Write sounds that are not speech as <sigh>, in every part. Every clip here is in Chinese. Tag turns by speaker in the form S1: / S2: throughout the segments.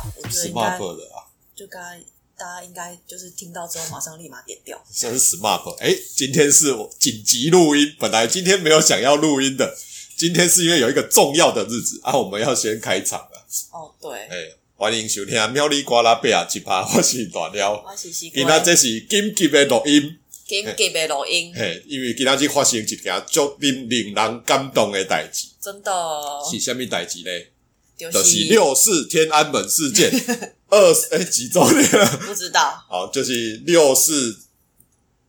S1: 该
S2: SMAP 的啊，
S1: 就该大家应该就是听到之后马上立马点掉。
S2: 这是 SMAP。哎，今天是我紧急录音，本来今天没有想要录音的，今天是因为有一个重要的日子啊，我们要先开场了。
S1: 哦，对，
S2: 哎，欢迎收听《喵里呱啦贝啊奇葩》，我是大鸟。
S1: 我是西瓜
S2: 今，仔这哎是紧急的录音，
S1: 给给别录音，
S2: 嘿，因为今仔日发生一件足令令人感动的代志，
S1: 真的
S2: 是虾米代志呢？
S1: 哦就
S2: 就是六四天安门事件
S1: <laughs>
S2: 二十哎几周年了，
S1: 不知道，
S2: 好，就是六四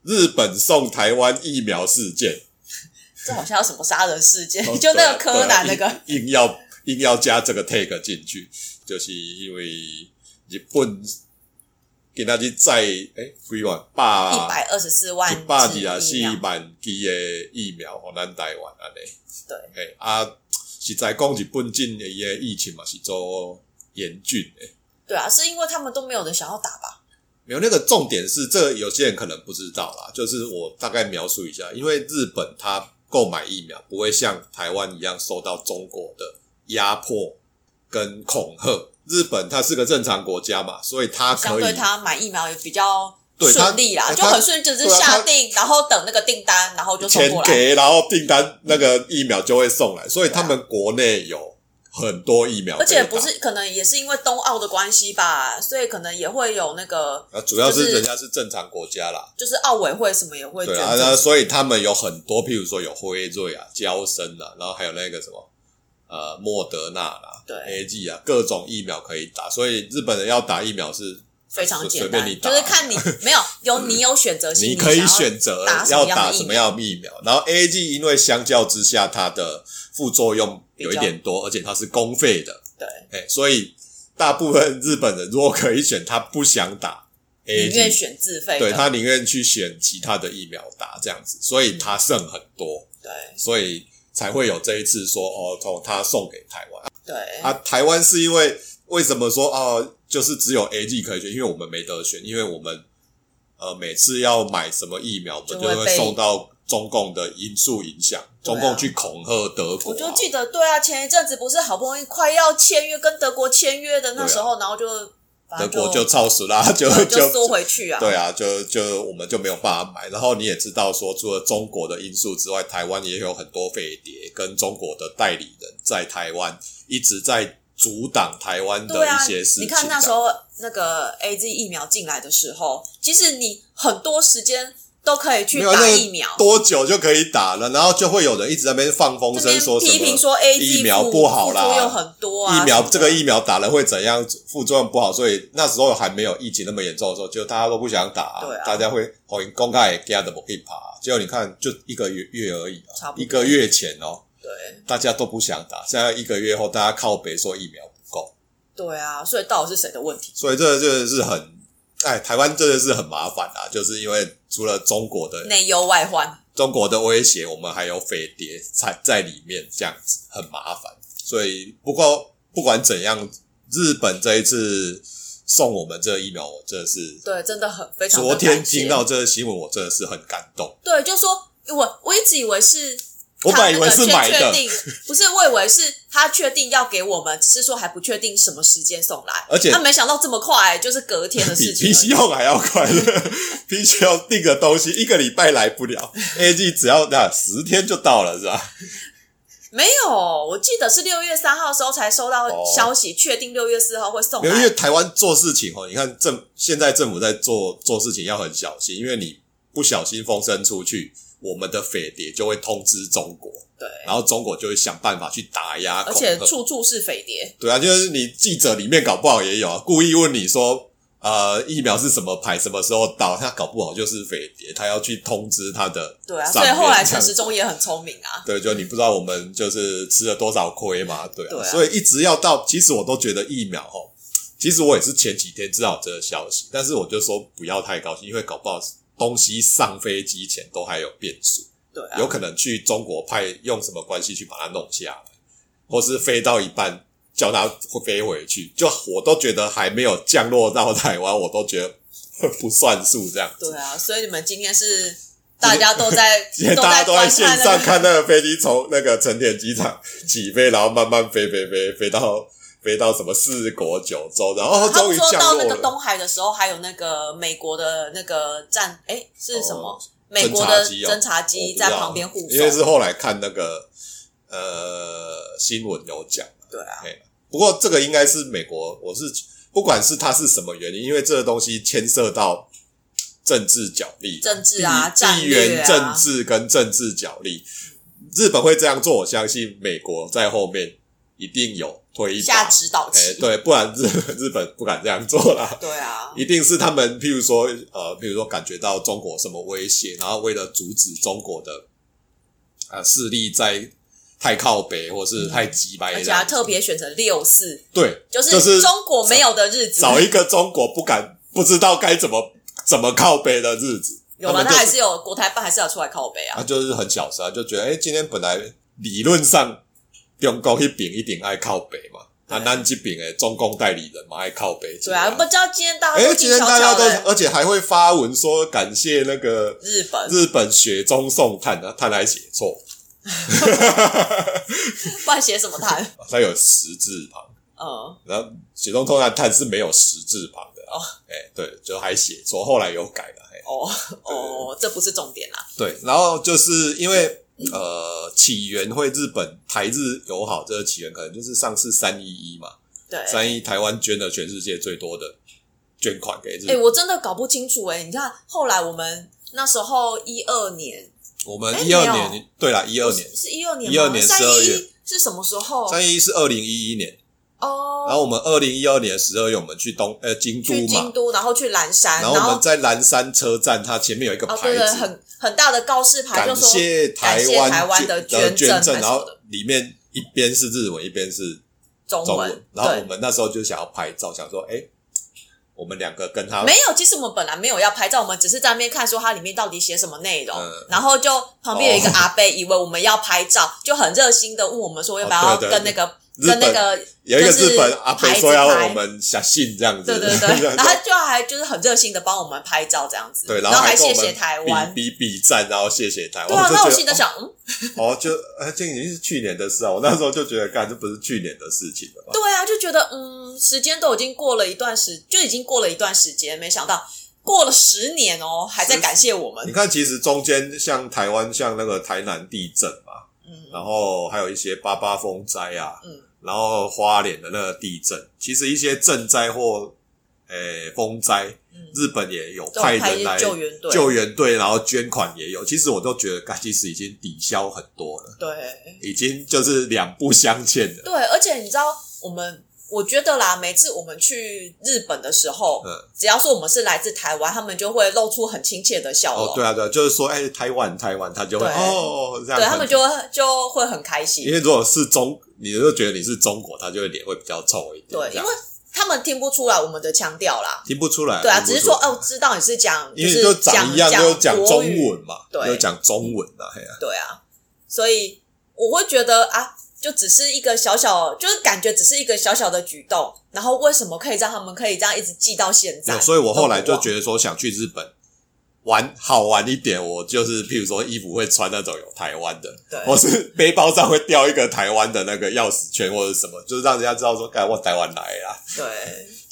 S2: 日本送台湾疫苗事件，
S1: <laughs> 这好像有什么杀人事件
S2: 哦，
S1: 就
S2: 对
S1: 那个
S2: 啊
S1: 柯南那
S2: 对
S1: 个
S2: 啊硬硬要硬要加这个 take 进去，就是因为日本给他去载哎几万百
S1: 一百二十四万
S2: 一百二啊
S1: 只
S2: 四
S1: 疫苗
S2: 万支的疫苗，互咱台湾安尼。
S1: 对，
S2: 嘿啊，实在讲日本境的伊个疫情嘛是做严峻诶。
S1: 对啊，是因为他们都没有人想要打吧？
S2: 没有那个重点是，这有些人可能不知道啦，就是我大概描述一下，因为日本它购买疫苗不会像台湾一样受到中国的压迫跟恐吓。日本它是个正常国家嘛，所以它
S1: 相
S2: 可以
S1: 对他买疫苗也比较
S2: 对他
S1: 顺利啦，
S2: 对
S1: 就
S2: 他
S1: 很顺，只是
S2: 对啊他
S1: 下定，然后等那个订单，然后就送
S2: 钱
S1: 过来。
S2: 给，然后订单那个疫苗就会送来，所以他们国内有很多疫苗可
S1: 而
S2: 以打，
S1: 且不是，可能也是因为冬奥的关系吧，所以可能也会有那个，
S2: 啊，主要
S1: 就是是
S2: 人家是正常国家啦，
S1: 就是奥委会什么也会捐
S2: 对
S1: 赠。
S2: 啊，那所以他们有很多，譬如说有辉瑞啊、娇生啊，然后还有那个什么呃莫德纳啦、
S1: 对
S2: A G 啊，各种疫苗可以打，所以日本人要打疫苗是
S1: 非常简
S2: 随便
S1: 单
S2: 你，打
S1: 就是看你没有有你有选择性，
S2: 你可以
S1: 想要
S2: 选择
S1: 打什
S2: 要
S1: 么样
S2: 打
S1: 的疫
S2: 什么
S1: 苗。
S2: 样的疫苗。然后 A G 因为相较之下它的副作用有一点多，而且它是公费的，
S1: 对，
S2: 哎、所以大部分日本人如果可以选，他不想打 A
S1: 宁愿
S2: G，
S1: 选自费的。
S2: 对他宁愿去选其他的疫苗打这样子，所以他剩很多，
S1: 对
S2: 所以才会有这一次说哦，从他送给台湾
S1: 对
S2: 啊，台湾是因为为什么说哦，就是只有 A G 可以选，因为我们没得选，因为我们呃每次要买什么疫苗，我们
S1: 就
S2: 就
S1: 会被
S2: 会受到中共的因素影响，
S1: 对
S2: 中
S1: 啊
S2: 共去恐吓德国
S1: 我
S2: 啊、
S1: 就记得，对啊，前一阵子不是好不容易快要签约跟德国签约的那时候，然后就
S2: 啊
S1: 反
S2: 德
S1: 正
S2: 国就
S1: 就
S2: 超死啦，就 <laughs>
S1: 对
S2: 就
S1: 就缩回去啊。
S2: 对啊，就就我们就没有办法买。然后你也知道说，除了中国的因素之外，台湾也有很多飞碟跟中国的代理人在台湾一直在阻挡台湾的
S1: 对啊
S2: 一些事，情。
S1: 你看那时候那个 A Z 疫苗进来的时候，其实你很多时间都可以去
S2: 没有
S1: 打
S2: 那个
S1: 疫苗，
S2: 多久就可以打了，然后就会有人一直在那边放风
S1: 这
S2: 声
S1: 边
S2: 说什么
S1: 批评说 A Z
S2: 疫苗不好啦
S1: 副作用很多啊，
S2: 疫苗这个疫苗打了会怎样，副作用不好，所以那时候还没有疫情那么严重的时候，就大家都不想打、
S1: 对啊
S2: 大家会欢迎公开给他的一趴。啊结果你看，就一个月月而已啊，
S1: 差不多
S2: 一个月前哦、
S1: 对
S2: 大家都不想打，现在一个月后大家靠北说疫苗不够，
S1: 对啊，所以到底是谁的问题？
S2: 所以这个真的是很，哎，台湾真的是很麻烦啊，就是因为除了中国的
S1: 内忧外患。
S2: 中国的威胁，我们还有匪谍在在里面，这样子很麻烦。所以不过不管怎样，日本这一次送我们这个疫苗，我真的是
S1: 对，真的很非常地
S2: 昨天
S1: 感谢
S2: 听到这个新闻，我真的是很感动。
S1: 对，就说我我一直以为是
S2: 我本来以为是买
S1: 他那
S2: 的
S1: 个先确，定，不是我以为是他确定要给我们，只是说还不确定什么时间送来，
S2: 而且
S1: 他没想到这么快，就是隔天的
S2: <laughs> 比
S1: 事情而
S2: P
S1: 已。
S2: C O 还要快乐。P <laughs> C O 订个东西一个礼拜来不了，A G 只要那十天就到了是吧？
S1: 没有，我记得是六月三号的时候才收到
S2: 哦
S1: 消息，确定六月四号会送
S2: 没有，因为
S1: 来。
S2: 台湾做事情哦，你看政现在政府在做做事情要很小心，因为你不小心风声出去，我们的匪谍就会通知中国，
S1: 对，
S2: 然后中国就会想办法去打压
S1: 而
S2: 啊恐
S1: 且
S2: 吓。
S1: 处处是匪谍，
S2: 对啊，就是你记者里面搞不好也有啊，故意问你说。呃，疫苗是什么牌，什么时候到？他搞不好就是匪谍，他要去通知他的
S1: 对啊，
S2: 上
S1: 所以
S2: 面
S1: 后来
S2: 这
S1: 陈
S2: 样
S1: 时中也很聪明啊。
S2: 对，就你不知道我们就是吃了多少亏嘛，对啊，
S1: 对啊
S2: 所以一直要到，其实我都觉得疫苗哦，其实我也是前几天知道这个消息，但是我就说不要太高兴，因为搞不好东西上飞机前都还有变数，
S1: 对啊
S2: 有，可能去中国派用什么关系去把它弄下来，或是飞到一半叫它飞回去，就我都觉得还没有降落到台湾，我都觉得 <laughs> 不算数这样子。<laughs>
S1: 对啊，所以你们今天是大家都在
S2: 因为大家都在
S1: 观
S2: 线
S1: 看那
S2: 上
S1: 个
S2: 看那个飞机从那个成田机场起飞，然后慢慢飞飞飞飞到飞到什么四国九州，然后哦
S1: 他
S2: 终
S1: 们
S2: 于
S1: 说
S2: 降
S1: 到那
S2: 落
S1: 个
S2: 了。
S1: 东海的时候，还有那个美国的那个战，哎，是什么
S2: 哦？
S1: 美国的
S2: 侦察机哦
S1: 侦察机
S2: 我不知
S1: 在
S2: 道
S1: 旁边护
S2: 因为是
S1: 送。
S2: 后来看那个呃新闻有讲，
S1: 对啊，
S2: 不过这个应该是美国，我是不管是它是什么原因，因为这个东西牵涉到政治角力、
S1: 政治啊
S2: 地
S1: 战
S2: 地
S1: 略
S2: 缘政
S1: 啊
S2: 治跟政治角力。日本会这样做，我相信美国在后面一定有推一
S1: 下
S2: 把。
S1: 指导
S2: 哎、
S1: 棋。
S2: 对，不然日日本 <laughs> 不敢这样做啦。
S1: 对啊，
S2: 一定是他们，譬如说，呃，譬如说感觉到中国什么威胁，然后为了阻止中国的呃势力在太靠北或是太极白、
S1: 而且还特别选成六四， <laughs>
S2: 对，
S1: 就
S2: 就是
S1: 是中国没有的日子。
S2: 找一个中国不敢不知道该怎么怎么靠北的日子，
S1: 有
S2: 他
S1: 了，他
S2: 们
S1: 还
S2: 就是
S1: 有国台办还是要出来靠北
S2: 他
S1: 啊。
S2: 就是很小声，就觉得哎、诶今天本来理论上中国一边一定爱靠北嘛，
S1: 对
S2: 啊，咱这边的中共代理人嘛爱靠北，
S1: 对啊，不知道今天大家
S2: 哎、
S1: 都
S2: 今
S1: 静
S2: 天
S1: 悄
S2: 大家
S1: 悄
S2: 都，
S1: 的。
S2: 而且还会发文说感谢那个
S1: 日本，
S2: 日本雪中送炭啊，炭还写错，
S1: 不然写什
S2: <laughs>
S1: 么谈？
S2: 它有十字旁，
S1: 嗯，
S2: 然后雪中送炭炭是没有十字旁的哦，
S1: 哦
S2: 哎、对，就还写错，后来有改了，哎、
S1: 哦哦，这不是重点啦。
S2: 对，然后就是因为呃起源会日本台日友好这个起源，可能就是上次三一一嘛，
S1: 对，
S2: 三一台湾捐了全世界最多的捐款给日
S1: 哎、
S2: 本，
S1: 我真的搞不清楚哎、你看后来我们那时候一二年，
S2: 我们
S1: 哎
S2: 一二
S1: 没有
S2: 年，对啦，一二年，
S1: 是一二年吗，
S2: 12年
S1: 三
S2: 12
S1: 一
S2: 月
S1: 是什么时候？
S2: 三一一是二零一一年，
S1: 哦，
S2: 然后我们二零一二年十二月我们去东呃京都
S1: 去
S2: 嘛
S1: 京，都，然后去蓝山，
S2: 然
S1: 然
S2: 后我们在蓝山车站，它前面有一个
S1: 哦，
S2: 牌子，
S1: 对对，很很大的告示牌就
S2: 感
S1: 说
S2: 谢台
S1: 感谢台湾
S2: 湾
S1: 的
S2: 捐呃
S1: 捐赠
S2: 赠，
S1: 还是
S2: 然
S1: 什么
S2: 后
S1: 的
S2: 里面一边是日文，一边是
S1: 中
S2: 中
S1: 文，
S2: 然后
S1: 对
S2: 我们那时候就想要拍照，想说，哎、我们两个跟他
S1: 没有，其实我们本来没有要拍照，我们只是在那边看说它里面到底写什么内容，
S2: 嗯
S1: 然后就旁边有一个
S2: 哦
S1: 阿伯以为我们要拍照，就很热心的问我们说要不要
S2: 哦对对
S1: 跟那个、
S2: 对
S1: 跟那个
S2: 有一个
S1: 就是
S2: 日本阿伯
S1: 牌子
S2: 说要
S1: 拍
S2: 我们写信这样子，
S1: 对对
S2: 这
S1: 对，
S2: <laughs> 样
S1: 然后他就还就是很热心的帮我们拍照这样子，
S2: 对，
S1: 然
S2: 后
S1: 还
S2: 跟
S1: 谢
S2: 我
S1: 谢
S2: 们
S1: 台湾。
S2: 比比比赞，然后谢谢台湾。
S1: 对啊，
S2: 就
S1: 那我
S2: 觉
S1: 心里
S2: 得
S1: 在想，嗯，
S2: 哦，哦就呃，这已经是去年的事啊！我那时候就觉得，干，这不是去年的事情了嘛。
S1: 对啊，就觉得嗯，时间都已经过了一段时，就已经过了一段时间，没想到过了十年哦，还在感谢我
S2: 你
S1: 们。
S2: 看，其实中间像台湾，像那个台南地震嘛，
S1: 嗯，
S2: 然后还有一些八八风灾啊，
S1: 嗯，
S2: 然后花莲的那个地震，其实一些震灾或诶、风灾，
S1: 嗯
S2: 日本也有
S1: 这
S2: 派
S1: 种派
S2: 人来
S1: 救援队，
S2: 救援队，然后捐款也有。其实我都觉得，干，其实已经抵消很多了，
S1: 对
S2: 已经就是两不相欠了。
S1: 对，而且你知道，我们我觉得啦，每次我们去日本的时候，
S2: 嗯
S1: 只要说我们是来自台湾，他们就会露出很亲切的笑容，
S2: 哦，对啊，对啊，就是说，哎、台湾，台湾，他就会
S1: 对
S2: 哦，这样
S1: 对
S2: 很，
S1: 他们就会就会很开心
S2: 因。为如果是中，你就觉得你是中国，他就会脸会比较臭一点，
S1: 对，
S2: 这
S1: 因
S2: 样
S1: 为他们听不出来我们的腔调啦。
S2: 听不出来，
S1: 对啊，
S2: 听不
S1: 只是
S2: 出
S1: 说
S2: 来
S1: 哦，知道你是讲，
S2: 因为
S1: 是
S2: 就
S1: 讲
S2: 一样，就
S1: 讲
S2: 讲
S1: 国
S2: 中
S1: 语
S2: 文嘛，
S1: 对
S2: 就讲中文啊，嘿啊，
S1: 对啊，所以我会觉得啊，就只是一个小小，就是感觉只是一个小小的举动，然后为什么可以让他们可以这样一直记到现在？
S2: 对所以我后来就
S1: 得，
S2: 觉得说想去日本玩好玩一点，我就是譬如说衣服会穿那种有台湾的，
S1: 对
S2: 或是背包上会吊一个台湾的那个钥匙圈或者什么，就是让人家知道说，干我台湾来啊啦，
S1: 对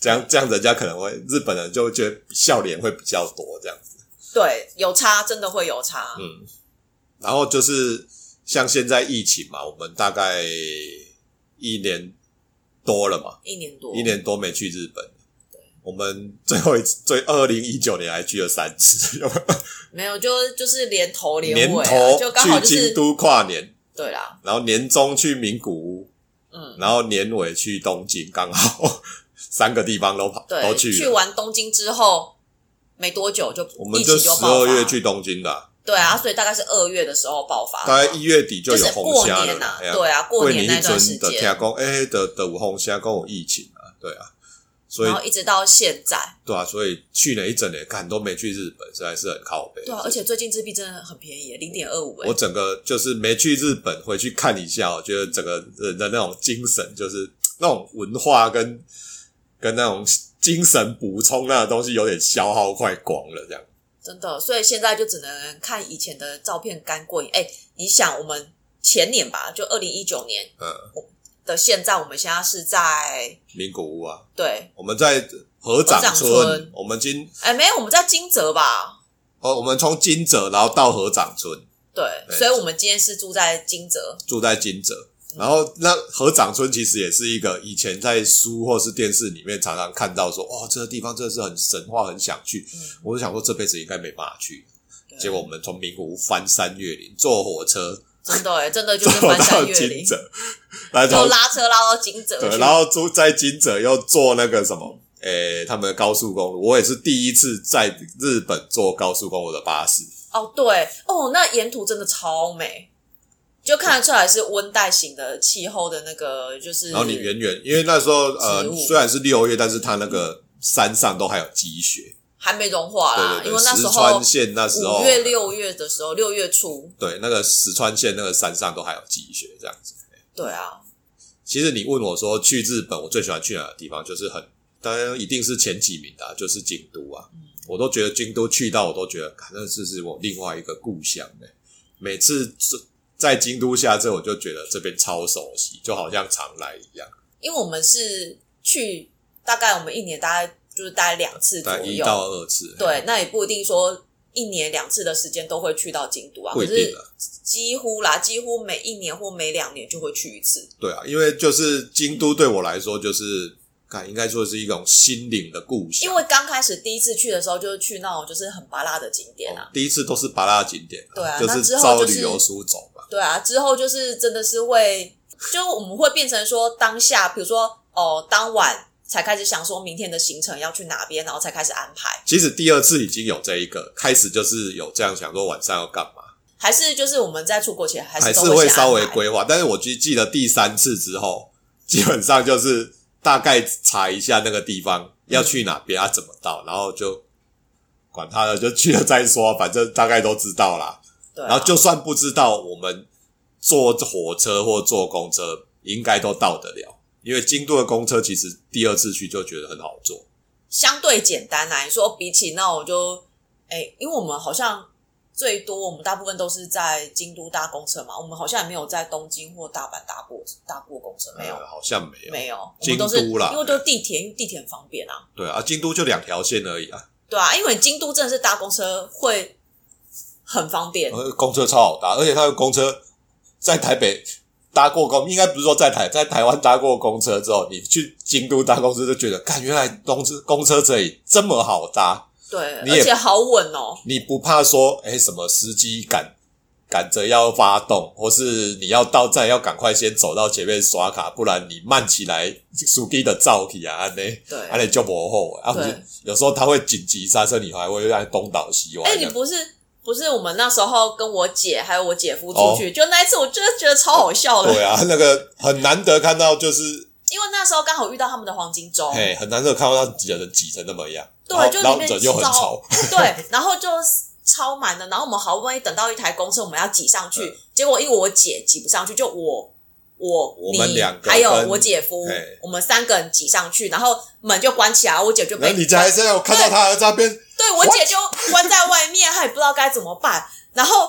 S2: 这样这样人家可能会日本人就会觉得笑脸会比较多这样子，
S1: 对，有差，真的会有差。
S2: 嗯，然后就是像现在疫情嘛，我们大概一年多了嘛，
S1: 一年多，
S2: 一年多没去日本。我们最后一次， <laughs> 最二零一九年还去了三次， <laughs> 有没有
S1: 没有，就就是连头连
S2: 年
S1: 尾、啊，
S2: 头
S1: 就刚好就
S2: 去京
S1: 是
S2: 都跨年，
S1: 对啦，
S2: 然后年中去名古屋，
S1: 嗯，
S2: 然后年尾去东京，刚好 <laughs> 三个地方都跑
S1: 对，
S2: 都去了。
S1: 完东京之后没多久就
S2: 我们
S1: 疫情
S2: 十
S1: 就爆
S2: 二
S1: 发，
S2: 月去东京的啊、
S1: 对啊，所以大概是二月的时候爆发，
S2: 大概一月底
S1: 就
S2: 有
S1: 是
S2: 红
S1: 过
S2: 虾了
S1: 年
S2: 啦
S1: 啊。
S2: 哎呀，
S1: 对啊，过
S2: 年
S1: 年那段时
S2: 的听
S1: 间，
S2: 讲，哎的的有红虾跟我疫情啊，对啊，所以
S1: 然后一直到现在，
S2: 对啊，所以去了一整年，看都没去日本，实在是很靠北。
S1: 对啊，而且最近日币真的很便宜，零点二五哎
S2: 我整个就是没去日本，回去看一下，我觉得整个人的那种精神，就是嘖那种文化跟跟那种精神补充那个东西，有点消耗快光了。这样，
S1: 真的，所以现在就只能看以前的照片干过瘾。哎，你想我们前年吧，就二零一九年，
S2: 嗯，
S1: 我的现在，我们现在是在
S2: 名古屋啊，
S1: 对，
S2: 我们在合掌
S1: 合掌
S2: 村，
S1: 村
S2: 我们今
S1: 哎，没有，我们在金泽吧？
S2: 哦，我们从金泽然后到合掌村，
S1: 对，
S2: 对
S1: 所以我们今天是住在金泽，
S2: 住在金泽。然后那合掌村其实也是一个以前在书或是电视里面常常看到说，哇，这个地方真的是很神话，很想去。
S1: 嗯，
S2: 我就想说这辈子应该没办法去，
S1: 对
S2: 结果我们从名古屋翻山越岭，坐火车
S1: 真的哎，真的 <laughs> 就是
S2: 坐
S1: 翻
S2: 到
S1: 山越
S2: 金
S1: 岭，
S2: 泽，然
S1: 就
S2: 后
S1: 拉车拉到金泽
S2: 对，
S1: 去，
S2: 然后住在金泽又坐那个什么，诶、他们的高速公路，我也是第一次在日本坐高速公路的巴士，
S1: 哦，对，哦，那沿途真的超美，就看得出来是温带型的气候的那个，就是
S2: 然后你远远，因为那时候呃
S1: 植物
S2: 虽然是六月，但是它那个山上都还有积雪，
S1: 还没融化
S2: 对
S1: 啦，
S2: 对对，
S1: 因为那时
S2: 石哦
S1: 候
S2: 川县那时候
S1: 五月六月的时候，六月初，
S2: 对那个石川县那个山上都还有积雪这样子。
S1: 对啊，
S2: 其实你问我说去日本我最喜欢去哪个地方，就是很当然一定是前几名的啊、就是京都啊。
S1: 嗯
S2: 我都觉得京都去到我都觉得，啊那是是我另外一个故乡呢、每次这在京都下车，我就觉得这边超熟悉，就好像常来一样。
S1: 因为我们是去大概我们一年大概就是大概两次左
S2: 大概一
S1: 右，
S2: 到二次，
S1: 对，那也不一定说一年两次的时间都会去到京都啊，
S2: 不
S1: 可
S2: 一定
S1: 是
S2: 了。
S1: 几乎啦，几乎每一年或每两年就会去一次，
S2: 对啊，因为就是京都对我来说，就是看应该说是一种心灵的故乡。
S1: 因为刚开始第一次去的时候就是去那种就是很拔辣的景点啊。
S2: 哦第一次都是巴拉景点、
S1: 对啊
S2: 就
S1: 那
S2: 是
S1: 之后
S2: 照
S1: 就是
S2: 旅游书走嘛。
S1: 对啊，之后就是真的是会，就我们会变成说当下，比如说哦，当晚才开始想说明天的行程要去哪边，然后才开始安排，
S2: 其实第二次已经有这一个，开始就是有这样想说晚上要干嘛，
S1: 还是就是我们在出国前还
S2: 还
S1: 是
S2: 是
S1: 都会
S2: 会
S1: 先安排
S2: 稍微规划。但是我记记得第三次之后，基本上就是大概查一下那个地方要去哪边，要、啊怎么到，然后就管他了，就去了再说，反正大概都知道啦。
S1: 对啊、
S2: 然后就算不知道，我们坐火车或坐公车应该都到得了，因为京都的公车其实第二次去就觉得很好坐。
S1: 相对简单来说，比起那我就哎，因为我们好像最多我们大部分都是在京都搭公车嘛，我们好像也没有在东京或大阪搭过搭过公车，没有、
S2: 呃好像没有，
S1: 没有，我们都是
S2: 京都啦
S1: 因为都是地铁，因为地铁很方便啊。
S2: 对啊，京都就两条线而已啊。
S1: 对啊，因为京都真的是搭公车会很方便，
S2: 呃，公车超好搭，而且它的公车在台北搭过公，应该不是说在台，在台湾搭过公车之后，你去京都搭公车就觉得，看原来公车公车这里这么好搭，
S1: 对，
S2: 你也
S1: 而且好稳哦。
S2: 你不怕说，哎、什么司机赶赶着要发动，或是你要到站要赶快先走到前面刷卡，不然你慢起来，司机的照起啊，安尼
S1: 对，
S2: 安
S1: 哎、
S2: 尼就不后啊，不
S1: 对
S2: 是有时候他会紧急刹车，你还会让东倒西歪。
S1: 哎你不是不是我们那时候跟我姐还有我姐夫出去，就那一次，我真的觉得超好笑的，
S2: 哦对
S1: <laughs>
S2: 啊，那个很难得看到，就是
S1: 因为那时候刚好遇到他们的黄金周，
S2: 嘿，很难得看到他挤人挤成那么样，
S1: 哦对
S2: 然后
S1: 就里
S2: 然后
S1: 面
S2: 人又很
S1: 烧 <laughs>
S2: 吵，
S1: 对，然后就超满的，然后我们好不容易等到一台公车，我们要挤上
S2: 呃
S1: 去，结果因为我姐挤不上去，就我。我、
S2: 我
S1: 你
S2: 们两个
S1: 还有
S2: 跟
S1: 我姐夫
S2: 嘿，
S1: 我们三个人挤上去，然后门就关起来，我姐就
S2: 然
S1: 被
S2: 后你家还是有看到他儿子那边，
S1: 对我姐就关在外面，她也不知道该怎么办。然后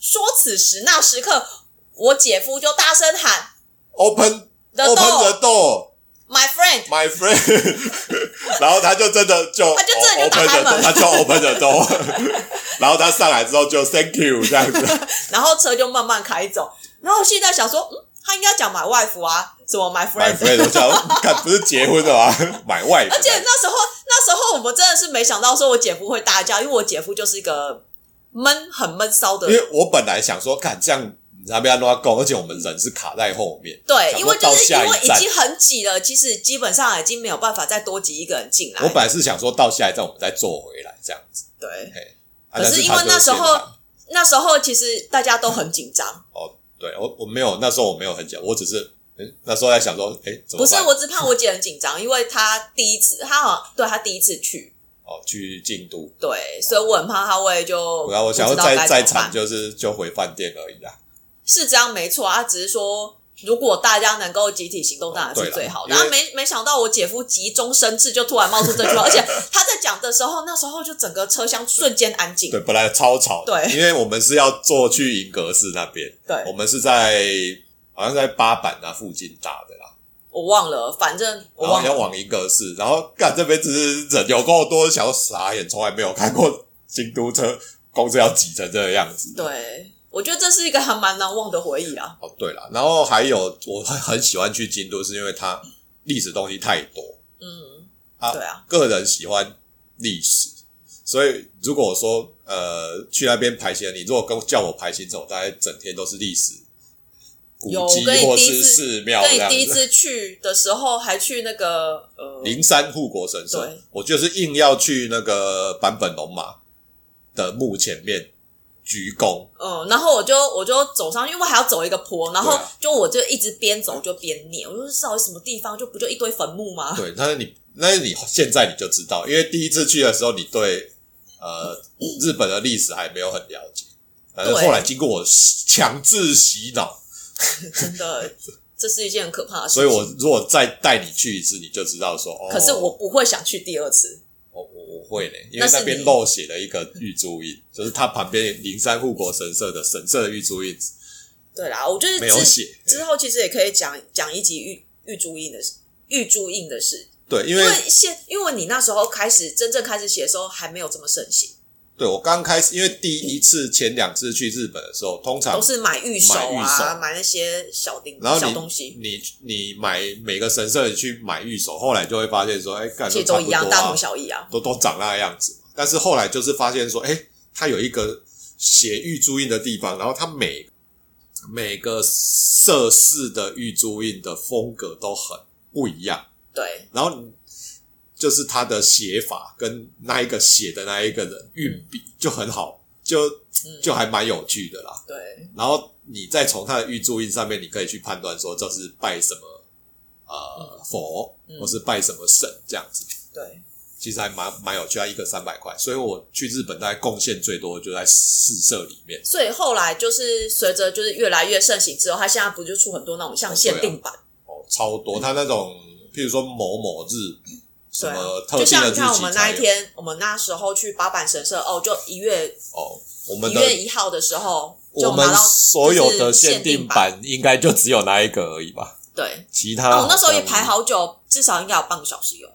S1: 说此时那时刻，我姐夫就大声喊
S2: open
S1: The
S2: open
S1: door,
S2: the door
S1: my friend。
S2: my friend，然 <laughs> 后他就真的就哦
S1: 他就真
S2: open
S1: 的就打开
S2: the door，
S1: 门
S2: 他就 open the door，然 <laughs> 后他上来之后就 thank you 这样
S1: <laughs>
S2: 子，
S1: 然后车就慢慢开走。然后现在想说，嗯，他应该讲 my wife 啊，什么 my
S2: my
S1: friend。
S2: friend，我想说看不是结婚的吗？ <laughs> 买外
S1: 而且那时候，那时候我们真的是没想到，说我姐夫会大叫，因为我姐夫就是一个闷、很闷骚的
S2: 因，为我本来想说看这样。他被他乱搞，而且我们人是卡在后面，
S1: 对，
S2: 想
S1: 因
S2: 说
S1: 为就
S2: 到
S1: 是因
S2: 下一
S1: 为已
S2: 站
S1: 经很挤了，其实基本上已经没有办法再多挤一个人进来。
S2: 我本来是想说到下一站我们再坐回来这样子，
S1: 对，
S2: 啊
S1: 可是
S2: 但
S1: 因
S2: 他
S1: 为
S2: 就
S1: 那时
S2: 先
S1: 候
S2: 来
S1: 那时候其实大家都很紧张，
S2: 哦，对我我没有那时候我没有很讲，我只是嗯那时候在想说，哎、怎么
S1: 不是
S2: 办
S1: 我只怕我姐很紧张，因为她第一次，她好像对她第一次去，
S2: 哦去京都，
S1: 对，所以我很怕她会就
S2: 然后啊我想要
S1: 不知道
S2: 再
S1: 该
S2: 再
S1: 怎
S2: 惨
S1: 么办
S2: 就是就回饭店而已啦。
S1: 是这样没错啊，只是说。如果大家能够集体行动，当然
S2: 对
S1: 是
S2: 啦
S1: 最好的。
S2: 因为
S1: 然后没没想到我姐夫急中生智，就突然冒出这
S2: <laughs>
S1: 句话，而且他在讲的时候，那时候就整个车厢瞬间安静。
S2: 对，本来超吵的，
S1: 对
S2: 因为我们是要坐去银阁寺那边，
S1: 对
S2: 我们是在好像在八坂那附近打的啦，
S1: 我忘了，反正我
S2: 然后
S1: 忘
S2: 要
S1: 了。
S2: 往银阁寺，然后干这边只是人有够多，想要傻眼，从来没有看过京都车公车要挤成这个样子。
S1: 对，我觉得这是一个还蛮难忘的回忆啊啦。
S2: 哦，对了，然后还有我很很喜欢去京都，是因为它历史东西太多，
S1: 嗯，
S2: 啊
S1: 对啊，
S2: 个人喜欢历史，所以如果我说呃去那边排行，你如果跟叫我排行程，我大概整天都是历史古
S1: 有
S2: 迹
S1: 我跟你
S2: 或
S1: 第一
S2: 是
S1: 次
S2: 寺庙
S1: 跟
S2: 这
S1: 你
S2: 样
S1: 第一
S2: 子。
S1: 次去的时候还去那个呃，
S2: 灵山护国神社
S1: 对，
S2: 我就是硬要去那个坂本龙马的墓前面鞠躬，
S1: 嗯，然后我就我就走上去，因为我还要走一个坡，然后
S2: 对啊
S1: 就我就一直边走就边念，我就说到底什么地方，就不就一堆坟墓吗？
S2: 对，但是你，但是你现在你就知道，因为第一次去的时候，你对呃日本的历史还没有很了解，但是
S1: 对
S2: 后来经过我强制洗脑，<laughs>
S1: 真的，这是一件很可怕的事
S2: 所
S1: 情。
S2: 以我如果再带你去一次，你就知道说，哦，
S1: 可是我不会想去第二次。
S2: 我我我会嘞，因
S1: 那
S2: 为
S1: 是
S2: 那边
S1: 你
S2: 漏写了一个玉珠印，就是它旁边灵山护国神社的神社的玉珠印
S1: 对啦，我就是
S2: 没有
S1: 之
S2: 写，
S1: 之后其实也可以讲讲一集玉玉珠印的事，玉珠印的事，
S2: 对，因
S1: 因
S2: 为
S1: 为现因为你那时候开始真正开始写的时候还没有这么盛行，
S2: 对我刚开始，因为第一次前两次去日本的时候，通常
S1: 都是买玉
S2: 啊
S1: 手
S2: 买玉
S1: 啊，
S2: 手
S1: 买那些小丁
S2: 然后
S1: 小
S2: 你
S1: 东西，
S2: 你你买每个神社你去买玉手，后来就会发现说，哎、干
S1: 其实
S2: 都差
S1: 都
S2: 不
S1: 一样，
S2: 多啊
S1: 大同小异啊。
S2: 都都长那样子嘛。但是后来就是发现说，哎、它有一个写玉珠印的地方，然后它每每个色式的玉珠印的风格都很不一样，
S1: 对，
S2: 然后你就是它的写法跟那一个写的那一个人运笔就很好，就
S1: 嗯，
S2: 就还蛮有趣的啦。
S1: 对，
S2: 然后你再从它的玉注印上面，你可以去判断说这是拜什么呃佛，
S1: 嗯
S2: 或是拜什么神这样子。
S1: 对，
S2: 其实还蛮蛮有趣的，一个三百块，所以我去日本大概贡献最多就在四社里面。
S1: 所以后来就是随着就是越来越盛行之后，他现在不就出很多那种像限定版，
S2: 哦，超多。他那种，譬如说某某日，什
S1: 对啊
S2: 么特
S1: 就
S2: 定
S1: 像
S2: 的
S1: 你
S2: 日
S1: 看我
S2: 期
S1: 们那
S2: 才
S1: 一
S2: 有
S1: 天，我们那时候去八坂神社哦，就一月
S2: 哦，我
S1: 一
S2: 们的
S1: 月一号的时候就
S2: 我
S1: 拿
S2: 们
S1: 到
S2: 所有
S1: 就
S2: 的
S1: 是限
S2: 定
S1: 版，
S2: 版应该就只有那一个而已吧，
S1: 对。
S2: 其
S1: 那
S2: 他
S1: 我那时候也
S2: 像
S1: 排好久，至少应该有半个小时有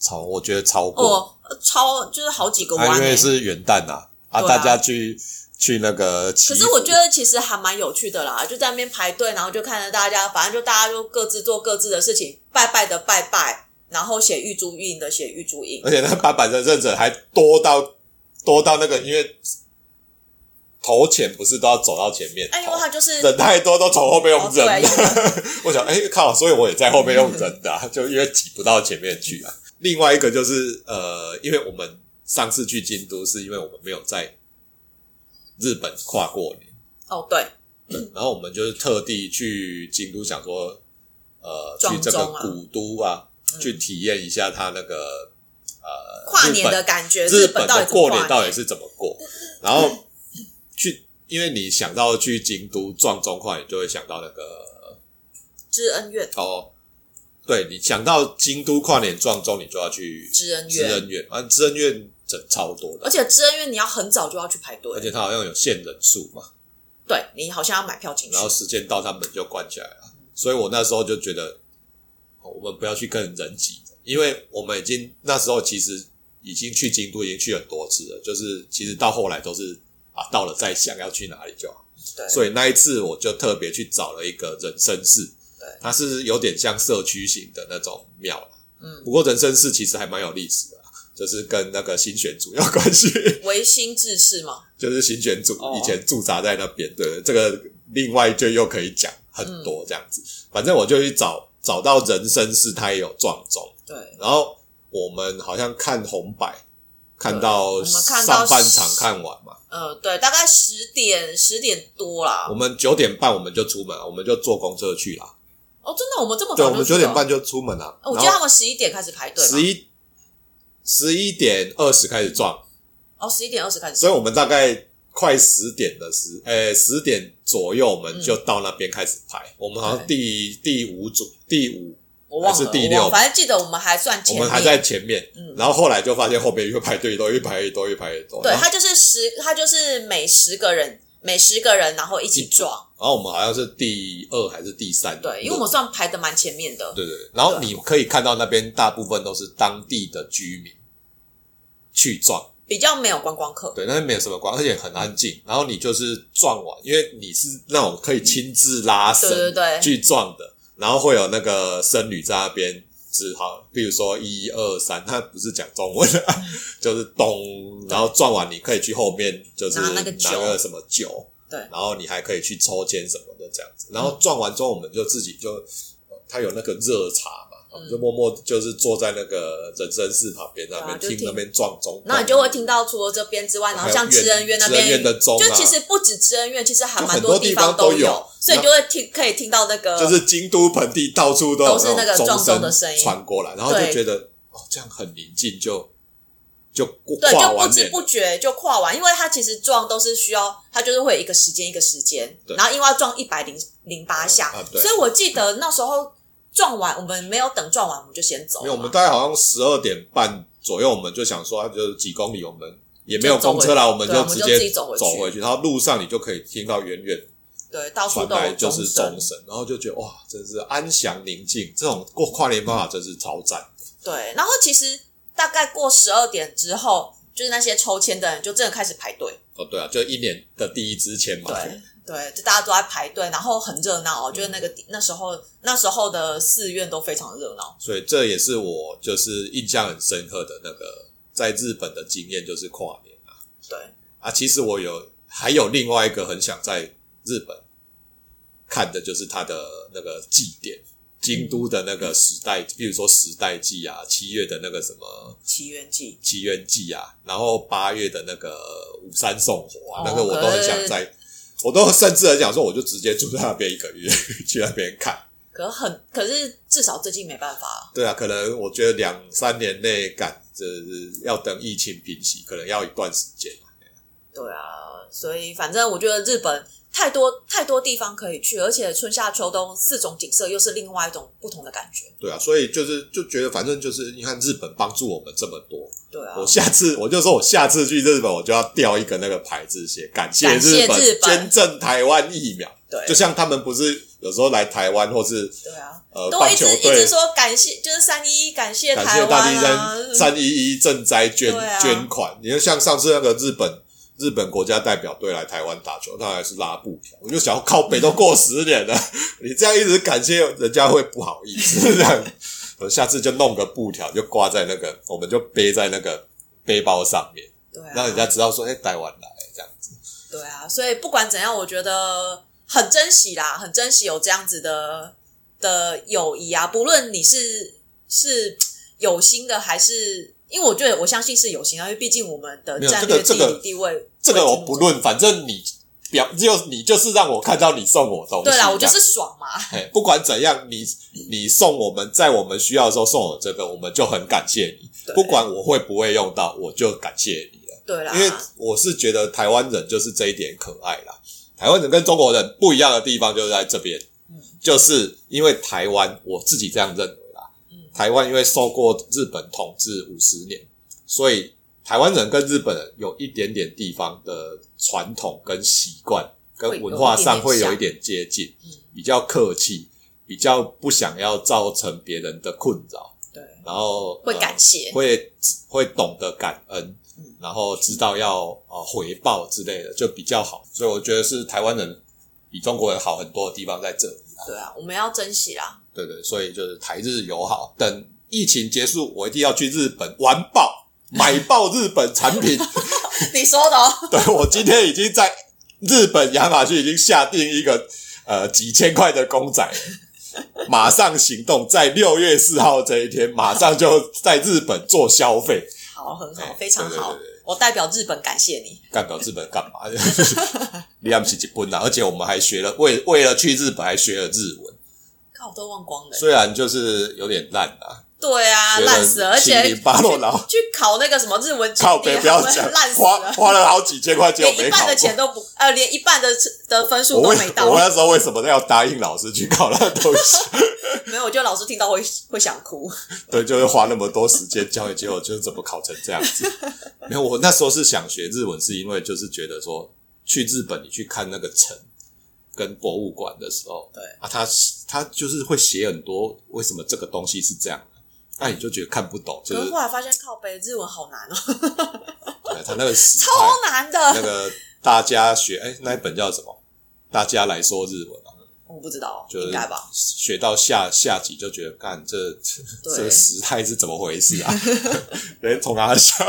S2: 超，我觉得超过
S1: 哦，超就是好几个
S2: 啊，
S1: 弯、
S2: 因为
S1: 欸。
S2: 是元旦呐、啊，
S1: 对啊
S2: 大家去去那个祈
S1: 可
S2: 福。
S1: 是我觉得其实还蛮有趣的啦，就在那边排队，然后就看着大家，反正就大家就各自做各自的事情，拜拜的拜拜，然后写玉珠印的写玉珠印
S2: 而，且那八坂神认者还多到多到那个，因为头前不是都要走到前面，
S1: 哎，因为他就是
S2: 人太多都从后面用
S1: 哦
S2: 扔
S1: 对
S2: 的。
S1: 用
S2: <laughs> 我想，哎、靠，所以我也在后面用扔的、啊， <laughs> 就因为挤不到前面去啊。另外一个就是呃，因为我们上次去京都，是因为我们没有在日本跨过年。
S1: 哦对，
S2: 然后我们就是特地去京都，想说，呃，
S1: 撞
S2: 去这个
S1: 钟啊
S2: 古都啊，
S1: 嗯
S2: 去体验一下它那个呃
S1: 跨年的
S2: 日
S1: 感觉，
S2: 本日
S1: 本
S2: 本
S1: 到底
S2: 的
S1: 怎么
S2: 过
S1: 跨
S2: 年到底是怎么过。然后去，因为你想到去京都撞钟跨年，就会想到那个
S1: 知恩怨，
S2: 哦，对你想到京都跨年撞钟，你就要去
S1: 知恩
S2: 知
S1: 怨，
S2: 恩院，啊，知恩院整超多的，
S1: 而且知恩怨你要很早就要去排
S2: 而
S1: 队，
S2: 且它好像有限人数嘛。
S1: 对你好像要买票进去
S2: 然，后时间到，他们就关起来了。所以我那时候就觉得，哦我们不要去跟人挤，因为我们已经那时候其实已经去京都已经去很多次了，就是其实到后来都是啊到了再想要去哪里就好。
S1: 对，
S2: 所以那一次我就特别去找了一个人参寺
S1: 对，
S2: 它是有点像社区型的那种庙，
S1: 嗯，
S2: 不过人参寺其实还蛮有历史的啊。就是跟那个新选组有关系，
S1: 维新志士嘛，
S2: 就是新选组
S1: 哦
S2: 以前驻扎在那边，对对，这个另外就又可以讲很
S1: 嗯
S2: 多这样子。反正我就去找找到人生是他也有撞钟，
S1: 对，
S2: 然后我们好像看红白，看
S1: 我
S2: 到
S1: 们看到
S2: 上半场看完嘛，
S1: 呃，对，大概十点十点多啦
S2: 我。们九点半我们就出门，我们就坐公车去啦。
S1: 哦，真的，我们这么
S2: 对，
S1: 早
S2: 我
S1: 就
S2: 们
S1: 知道
S2: 九点半就出门啦。
S1: 哦我
S2: 然
S1: 记得他
S2: 后
S1: 们十一点开始排队嘛，
S2: 十一十一点二十开始撞，
S1: 哦，十一点二十开始，
S2: 所以我们大概快十点的时，呃，十点左右我们就到那边开始排。我们好像第第五组、第五，
S1: 我忘
S2: 还
S1: 了，
S2: 是第
S1: 我忘了
S2: 六
S1: 反正记得我们还算前
S2: 我
S1: 面，
S2: 们还在前面。
S1: 嗯
S2: 然后后来就发现后面越排越多，越排越多，越排越多。
S1: 对
S2: 然后
S1: 他就是十，他就是每十个人每十个人，然后一起撞，
S2: 然后我们好像是第二还是第三，
S1: 对，因为我们算排的蛮前面的，
S2: 对对对，然后你可以看到那边大部分都是当地的居民去撞，
S1: 比较没有观光客。
S2: 对，那边没有什么光，而且很安静。然后你就是撞完，因为你是那种可以亲自拉绳
S1: 对对对
S2: 去撞的，然后会有那个僧侣在那边指好，比如说一二三，他不是讲中文
S1: 嗯
S2: 啊，就是咚，然后撞完你可以去后面就是
S1: 拿那个酒
S2: 拿个什么酒，
S1: 对
S2: 然后你还可以去抽签什么的这样子。然后撞完之后，我们就自己就，呃他有那个热茶嘛，我们就
S1: 嗯
S2: 默默就是坐在那个人参寺旁边那边、
S1: 对啊就
S2: 听那边撞钟，
S1: 然后你就会听到，除了这边之外，然后像知恩院那
S2: 知恩
S1: 边
S2: 院，的钟、啊，
S1: 就其实不止知恩院，其实还蛮
S2: 就很多
S1: 地
S2: 地方
S1: 都
S2: 都有
S1: 所以就会听可以听到那个，
S2: 就是京都盆地到处都有
S1: 呃都是那个
S2: 种
S1: 撞钟的声音
S2: 传过来，然后就
S1: 对
S2: 觉得哦，这样很宁静，就就过
S1: 对，
S2: 跨
S1: 就不
S2: 完
S1: 知
S2: 年
S1: 不觉就跨完，因为它其实撞都是需要，它就是会有一个时间一个时间，
S2: 对
S1: 然后因为要撞一百零零八下、
S2: 啊对
S1: 所以我记得那时候撞完，我们没有等撞完，我们就先走
S2: 因
S1: 了
S2: 为
S1: 嘛，
S2: 我们大概好像十二点半左右，我们就想说，啊就是几公里，我们也没有
S1: 就走
S2: 公
S1: 回
S2: 车啦，我们
S1: 对啊我们
S2: 直
S1: 就
S2: 接
S1: 自己走回去
S2: 去。然后路上你就可以听到远远
S1: 对到处
S2: 传
S1: 都有
S2: 来就是
S1: 钟
S2: 钟声，然后就觉得哇，真是安详宁静，这种过跨年方法真是超赞。
S1: 对，然后其实大概过十二点之后，就是那些抽签的人就真的开始排队，
S2: 哦，对啊，就一年的第一支签嘛，
S1: 对对，就大家都在排队，然后很热闹哦，就是那个地、那时候那时候的寺院都非常热闹，
S2: 所以这也是我就是印象很深刻的那个在日本的经验，就是跨年啊
S1: 对，
S2: 啊。其实我有还有另外一个很想在日本看的，就是它的那个祭典，京都的那个时代，比如说时代祭啊，七月的那个什么
S1: 祈愿祭。
S2: 祈愿祭啊，然后八月的那个五山送火啊，
S1: 哦
S2: 那个我都很想在，我都甚至很想说，我就直接住在那边一个月 <laughs> 去那边看。
S1: 可很，可是至少最近没办法，
S2: 对啊，可能我觉得两三年内赶，就是要等疫情平息，可能要一段时间。
S1: 对啊，所以反正我觉得日本太多太多地方可以去，而且春夏秋冬四种景色又是另外一种不同的感觉，
S2: 对啊，所以就是就觉得，反正就是你看日本帮助我们这么多，
S1: 对啊
S2: 我，下次我就说我下次去日本，我就要吊一个那个牌子写感谢
S1: 感谢
S2: 日本
S1: 日本
S2: 捐赠台湾疫苗，
S1: 对，
S2: 就像他们不是有时候来台湾或是
S1: 对啊，
S2: 呃
S1: 都会
S2: 棒
S1: 一
S2: 球
S1: 直一
S2: 队
S1: 直说感谢，就是三一一感谢
S2: 感
S1: 台
S2: 谢大
S1: 湾
S2: 地
S1: 啊，
S2: 三三一一赈灾捐、
S1: 对啊
S2: 捐款。你看，像上次那个日本日本国家代表队来台湾打球，那还是拉布条，我就想要靠北都过十年了， <laughs> 你这样一直感谢人家会不好意思这样。我下次就弄个布条，就挂在那个，我们就背在那个背包上面，
S1: 对啊，
S2: 让人家知道说，哎、台湾来这样子。
S1: 对啊，所以不管怎样，我觉得很珍惜啦，很珍惜有这样子的的友谊啊，不论你是是有心的还是。因为我觉得我相信是有心啊，因为毕竟我们的
S2: 没有这
S1: 战
S2: 个
S1: 略地
S2: 这个
S1: 理地位，
S2: 这个我不
S1: 论。
S2: 论，反正你表就你就是让我看到你送我东西。
S1: 对啦，我
S2: 这样
S1: 就是爽嘛，
S2: 哎，不管怎样，你你送我们在我们需要的时候送我这个，我们就很感谢你。
S1: 对
S2: 不管我会不会用到，我就感谢你了。
S1: 对啦，
S2: 因为我是觉得台湾人就是这一点可爱啦。台湾人跟中国人不一样的地方就是在这边，
S1: 嗯
S2: 就是因为台湾我自己这样认为啦。
S1: 嗯
S2: 台湾因为受过日本统治五十年，所以台湾人跟日本人有一点点地方的传统跟习惯
S1: 会
S2: 跟
S1: 有
S2: 文化上
S1: 一点点
S2: 会有一
S1: 像
S2: 点接近。
S1: 嗯，
S2: 比较客气，比较不想要造成别人的困扰，
S1: 对，
S2: 然后
S1: 会感谢
S2: 呃，会会懂得感恩
S1: 嗯，
S2: 然后知道要呃回报之类的，就比较好。所以我觉得是台湾人比中国人好很多的地方在这里啊。
S1: 对啊，我们要珍惜啦， <laughs>
S2: 对对，所以就是台日友好。等疫情结束，我一定要去日本玩爆，买爆日本产
S1: <laughs>
S2: 品。
S1: 你说的哦，
S2: 对我今天已经在日本亚马逊已经下定一个呃几千块的公仔了，马上行动，在六月四号这一天，马上就在日本做消费。
S1: 好，很好，
S2: 哎
S1: 非常好
S2: 对对对对，
S1: 我代表日本感谢你，
S2: 干掉日本干嘛？ <laughs> 你还不是日本啊？而且我们还学了，为为了去日本还学了日文，
S1: 看我都忘光了，
S2: 虽然就是有点烂啊，
S1: 对啊，
S2: 学了
S1: 烂死了，而且
S2: 七零八落，然后
S1: 去考那个什么日文
S2: 靠
S1: 北
S2: 北不要讲，
S1: 烂死
S2: 花
S1: 了，
S2: 花了好几千块钱，我
S1: 连
S2: 没
S1: 一
S2: 考
S1: 半的
S2: 过
S1: 钱。都不，呃，连一半的的分数
S2: 我
S1: 都
S2: 为
S1: 没到
S2: 我，那时候为什么要答应老师去考那个东西？
S1: 没有，我觉得老师听到会会想哭，
S2: 对，就是花那么多时间教你，结果就是怎么考成这样子。 <laughs> 没有，我那时候是想学日文，是因为就是觉得说去日本你去看那个城，跟博物馆的时候，
S1: 对
S2: 啊，他他就是会写很多为什么这个东西是这样的，那你就觉得看不懂，就
S1: 可
S2: 是
S1: 是后来发现靠背日文好难哦，
S2: 对他那个时态
S1: 超难
S2: 那
S1: 的。
S2: 个大家学，哎、那一本叫什么？大家来说日文啊，
S1: 我不知道，
S2: 就是
S1: 应该吧？
S2: 学到下下集就觉得，干这 <laughs> 这
S1: 对
S2: 这时态是怎么回事啊？ <laughs> 人从哪笑？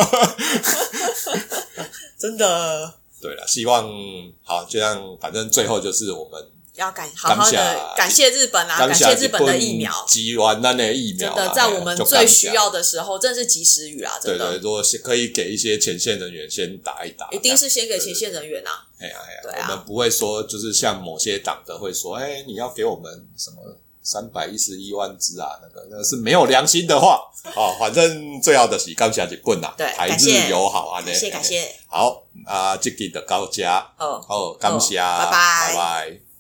S1: 真的
S2: 对了，希望好，就像反正最后就是我们
S1: 要感好好
S2: 感谢
S1: 的感谢日本啊，感谢日本的疫苗，
S2: 集完那那疫苗
S1: 真
S2: 啊，
S1: 的在我们
S2: 哎。
S1: 最需
S2: 就感谢
S1: 要的时候，真的是及时雨啊，
S2: 对
S1: 真
S2: 对，
S1: 的。
S2: 如果是可以给一些前线人员先打一打，
S1: 一定是先给前线人员啊，
S2: 哎呀哎呀，
S1: 对啊
S2: 我们不会说就是像某些党的会说，哎，你要给我们什么三百一十一万只啊，那个那是没有良心的话哦。反正最好的是感谢日本啊，
S1: 对
S2: 台
S1: 感谢
S2: 日友好啊，
S1: 感谢感。谢，
S2: 好啊，这个的高家
S1: 哦，
S2: 哦，感谢，
S1: 好拜拜
S2: 拜拜